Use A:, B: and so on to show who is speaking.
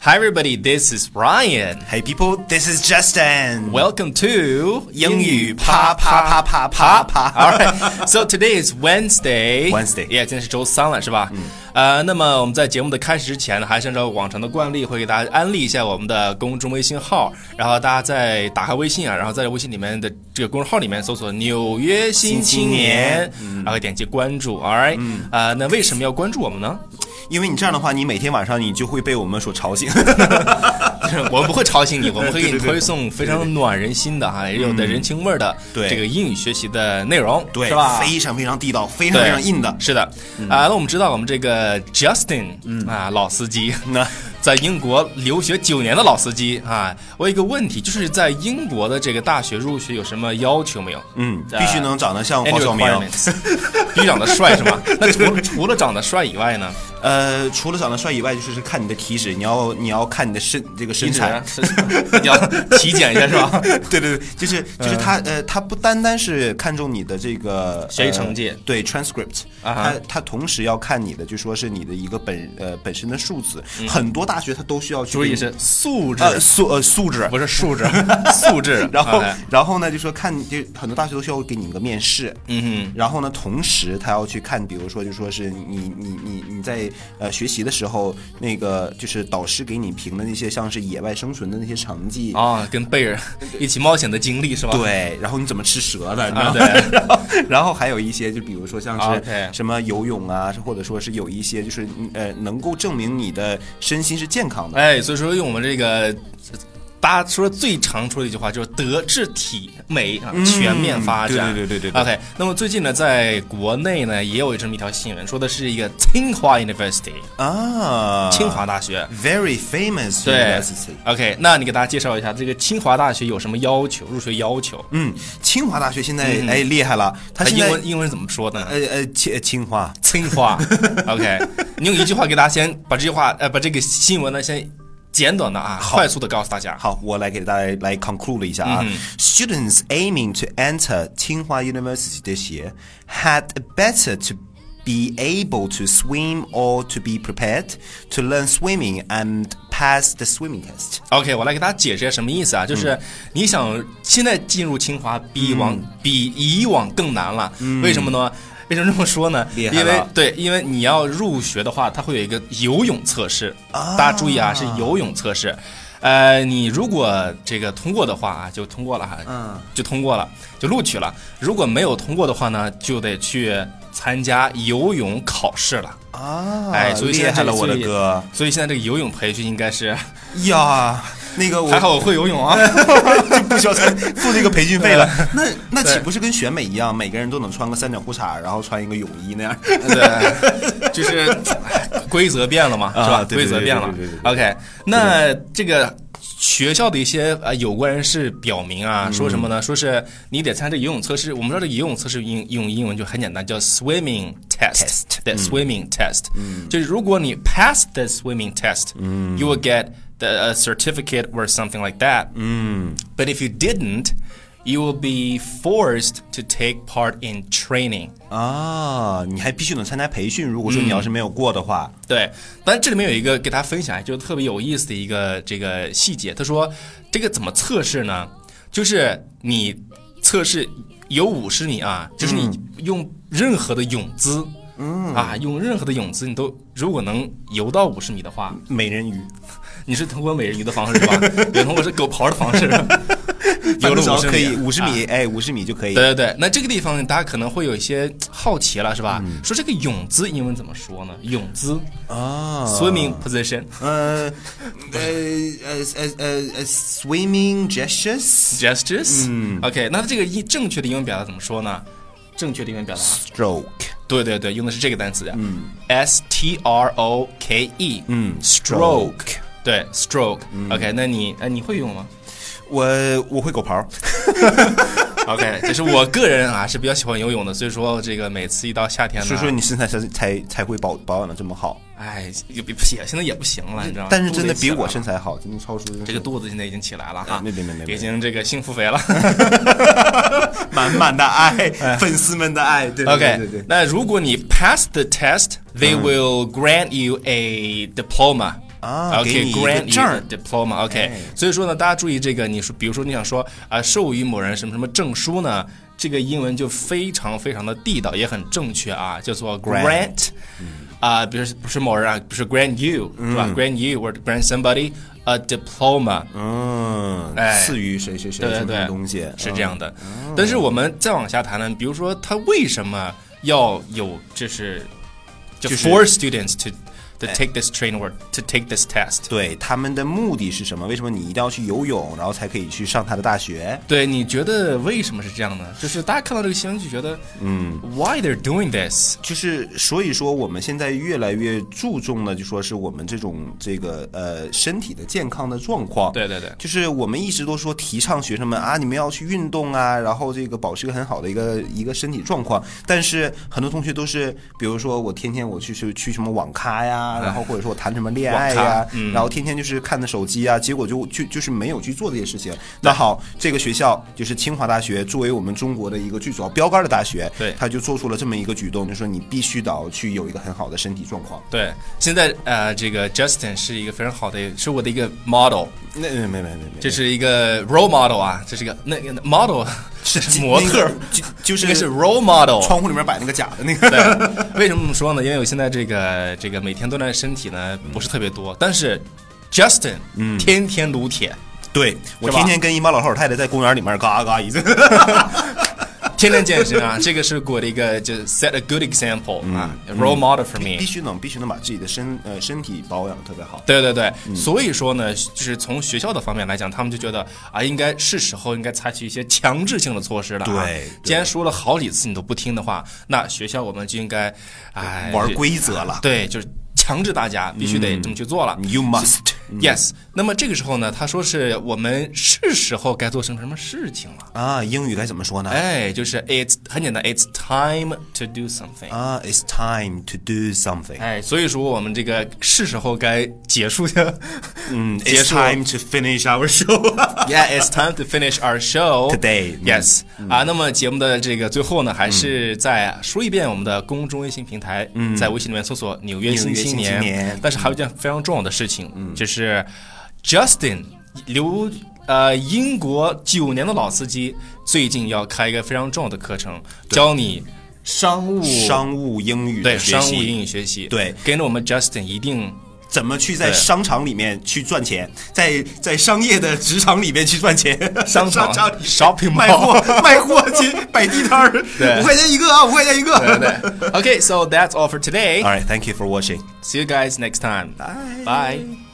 A: Hi, everybody. This is Ryan.
B: Hey people, this is Justin.
A: Welcome to
B: 英语啪啪啪啪啪啪。
A: All right. So today is Wednesday.
B: Wednesday.
A: Yeah，今天是周三了，是吧？嗯。呃，那么我们在节目的开始之前呢，还是按照往常的惯例，会给大家安利一下我们的公众微信号，然后大家再打开微信啊，然后在微信里面的这个公众号里面搜索“纽约新青年”，然后点击关注。All right。嗯。啊，那为什么要关注我们呢？
B: 因为你这样的话，你每天晚上你就会被我们所 吵醒。
A: 我们不会吵醒 你，我们会给你
B: 对对对
A: 推送非常暖人心的哈，也有的人情味儿的
B: 对
A: 这个英语学习的内容，
B: 对，
A: 是吧？
B: 非常非常地道，非常
A: 对
B: 非常硬的。嗯
A: 是的，啊、那我们知道我们这个 Justin，啊，老司机，
B: 那
A: 在英国留学九年的老司机啊，我有一个问题，就是在英国的这个大学入学有什么要求没有？
B: 嗯，必须能长得像黄
A: Any
B: 晓明。
A: requirements？必 须长得帅是 吗？那除了除了长得帅以外呢？
B: 呃，除了长得帅以外，就是看你的体脂，你要你要看你的身这个身材。
A: 你要体检一下是吧？
B: 对对对，就是就是他呃，他不单单是看重你的这个
A: 嗯学习
B: 呃
A: 成绩
B: 对 transcript，
A: 啊哈
B: 他他同时要看你的，就说是你的一个本呃本身的数字。很多大学他都需要去
A: 注
B: 给
A: 意
B: 你
A: 嗯是素质，
B: 呃素呃素质，
A: 不是素 质，素质。
B: 然后
A: 哎，
B: 然后呢，就说看，就很多大学都需要给你一个面试，
A: 嗯
B: 然后呢，同时他要去看，比如说，就说是你你你你在呃学习的时候，那个就是导师给你评的那些像是野外生存的那些成绩，
A: 哼，啊，跟贝尔一起冒险的经历是吧？
B: 对，然后你怎么吃蛇的，你知道
A: 啊，
B: 吗？
A: 对，哦
B: 然后， 然后还有一些，就比如说像
A: OK
B: 是什么游泳啊，或者说是有一些就是呃能够证明你的身心是健康的。
A: 哎，所以说用我们这个。大家说最常说的一句话就是德智体美啊，全面发展。
B: 嗯对对对对对对
A: OK，那么最近呢，在国内呢也有这么一条新闻，说的是一个清华 University，、
B: 啊，
A: 哎清华大学。
B: very famous
A: 对
B: university。
A: ，OK，那你给大家介绍一下这个清华大学有什么要求，入学要求？
B: 嗯，清华大学现在、哎厉害了，它
A: 它嗯
B: 现
A: 英
B: 在
A: 文英文怎么说的呢？
B: 呃呃清清华
A: 清华，OK，你用一句话给大家先把这句话，呃，把这个新闻呢先简短的啊，快速的告诉大家。
B: 好，我来给大家来 conclude 一下啊、
A: 嗯
B: s t u d e n t s aiming to enter Tsinghua University this year had better to be able to swim or to be prepared to learn swimming and pass the swimming test。
A: OK，我来给大家解释一下什么意思
B: 嗯
A: 啊，就是你想现在进入清华，比以往、
B: 嗯
A: 比以往更难了，为什么呢？为什么这么说呢？
B: 厉
A: 因
B: 害了
A: 为对，因为你要入学的话，它会有一个游泳测试，大家注意啊，是游泳测试。呃，你如果这个通过的话啊，就通过了哈，
B: 嗯，
A: 就通过了，就录取了。如果没有通过的话呢，就得去参加游泳考试了。
B: 啊，
A: 哎所以
B: 厉
A: 现在
B: 害
A: 这
B: 了，
A: 个
B: 我的
A: 最
B: 哥
A: 所以现在这个游泳培训应该是，
B: 呀！那个我
A: 还好我会游泳啊。
B: 就不需要再付这个培训费 了。那那岂不是跟选美一样，每个人都能穿个三角裤衩，然后穿一个泳衣那样？
A: 对，就是哎规则变了嘛，是
B: 啊
A: 吧？
B: 对对
A: 规则变了
B: 对对对。对
A: OK，那这个。学校的一些呃有关人士表明啊，说什么
B: 嗯
A: 呢？说是你得参加这个游泳测试。我们知道这个游泳测试用用英文就很简单，叫 swimming test，对
B: 嗯
A: swimming test，就是如果你 pass the swimming
B: 嗯
A: test，you will get the a certificate or something like that。But
B: 嗯
A: if you didn't, you will be forced to take part in training。
B: 啊，你还必须得参加培训。如果说你要是没有过的话，
A: 对，但这里面有一个给大家分享，就是特别有意思的一个这个细节。他说，这个怎么测试呢？就是你测试有五十米啊，就是你用任何的泳姿，嗯啊，用任何的泳姿，你都如果能游到五十米的话，
B: 美人鱼
A: 你是通过美人鱼的方式是吧？ 有通过是狗刨的方式，游了
B: 反正只
A: 五
B: 要
A: 十米，
B: 可以五十
A: 啊
B: 米，哎，五十米就可以。
A: 对对对，那这个地方大家可能会有一些好奇了，是吧？
B: 嗯
A: 说这个泳姿英文怎么说呢？泳姿
B: 啊，
A: （swimming position）。
B: 呃呃呃呃呃呃，swimming gestures
A: gestures。嗯，OK，那这个英正确的英文表达怎么说呢？正确的英文表达，
B: stroke，
A: 对对对，用的是这个单词的，嗯，S T R O K E，
B: 嗯
A: ，stroke，对，stroke。OK，那你哎，你会用吗
B: 我我会狗刨。
A: ？OK，就是我个人啊是比较喜欢游泳的，所以说这个每次一到夏天呢，
B: 所以说你身材才才才会保保养的这么好，
A: 哎，也不也现在也不行了，你知道吗？
B: 但是真的
A: 肚子也起
B: 比
A: 来
B: 我
A: 了
B: 身材好，真的超出
A: 这个肚子现在已经起来了哈，
B: 没没没没没
A: 已经这个幸福肥了。
B: 满满的爱， 粉丝们的爱。对嗯
A: OK，那如果你 pass the test，they will grant you a diploma。
B: 啊给你一个
A: OK，grant
B: 证儿哎
A: diploma。OK，所以说呢，大家注意这个，你说，比如说你想说啊，授予某人什么什么证书呢？这个英文就非常非常的地道，也很正确啊，叫做 grant。啊，
B: 嗯
A: 比如说不是某人啊，不是 grant you 是吧？grant you or grant somebody a diploma。
B: 嗯
A: 哎，
B: 赐予谁谁谁
A: 对对
B: 什么什
A: 对，
B: 么东西嗯
A: 是这样的。但是我们再往下谈呢，比如说他为什么要有就是就
B: 就是哎
A: for students to to take this train or to take this test？
B: 对他们的目的是什么？为什么你一定要去游泳，然后才可以去上他的大学？
A: 对，你觉得为什么是这样呢？就是大家看到这个新闻就觉得，嗯，Why they're doing this？
B: 就是所以说，我们现在越来越注重的，就说是我们这种这个呃身体的健康的状况。
A: 对对对
B: 就是我们一直都说提倡学生们啊，你们要去运动啊，然后这个保持一个很好的一个一个身体状况。但是很多同学都是，比如说我天天我去去去什么网咖呀，然后或者说我谈什么恋爱
A: 哎网
B: 呀
A: 咖，嗯
B: 然后天天就是看着手机啊，结果就就就是没有去做这些事情。那好，这个学校就是清华大学，作为我们中国的一个最主要标杆的大学，
A: 对
B: 他就做出了这么一个举动，就说你必须得要去有一个很好的身体状况。
A: 对，现在呃，这个 Justin 是一个非常好的，是我的一个 model，
B: 那没没没没没，
A: 这是一个 role model 啊，这是一个那个 model 是模特儿，
B: 就
A: 这
B: 就是
A: 个是 role model。
B: 窗户里面摆那个假的那 个。
A: 对，为什么这么说呢？因为我现在这个这个每天锻炼身体呢不是特别多，但是 Justin
B: 嗯
A: 天天撸铁，
B: 对我
A: 是吧
B: 天天跟一帮老头老太太在公园里面嘎嘎一阵。
A: 天天健身啊，这个是给我的一个就 set a good example 啊、r o l e model for me
B: 嗯必。须能必须能把自己的身呃身体保养的特别好。
A: 对对对，
B: 嗯
A: 所以说呢，就是从学校的方面来讲，他们就觉得啊，应该是时候应该采取一些强制性的措施了、啊。
B: 对对
A: 既然说了好几次你都不听的话，那学校我们就应该，哎，
B: 玩嗯规则了
A: 对，就是强制大家必须得这么去做了。
B: ，You must。
A: Yes，那么这个时候呢，他说是我们是时候该做什么什么事情了。
B: 啊，英语该怎么说呢？
A: 哎，就是 it's 很简单，it's time to do something。
B: 啊，It's time to do something。
A: 哎，所以说我们这个是时候该结束的， 嗯，结
B: It's
A: 束。
B: time to finish our show。
A: Yeah, it's time to finish our show
B: Today. Mm. 嗯
A: Yes，、啊，那么节目的这个最后呢，还是再说一遍我们的公众微信平台，在微信里面搜索“纽约新青
B: 嗯纽约新青年嗯
A: 但是还有一件非常重要的事情，就是 Justin 留呃英国九年的老司机，最近要开一个非常重要的课程，教你 商务
B: 商务英语
A: 对
B: 的学
A: 商务
B: 习，
A: 英语学习，
B: 对
A: 跟着我们 Justin 一定。
B: 怎么去在
A: 对
B: 商场里面去赚钱，在在商业的职场里面去赚钱，
A: 商场
B: 里
A: shopping
B: 卖货卖货去摆地摊儿，
A: 对
B: 五块钱一个啊，五块钱一个。
A: 对 对 ，OK，so、that's all for today.
B: All right, thank you for watching.
A: See you guys next time.
B: Bye.
A: Bye.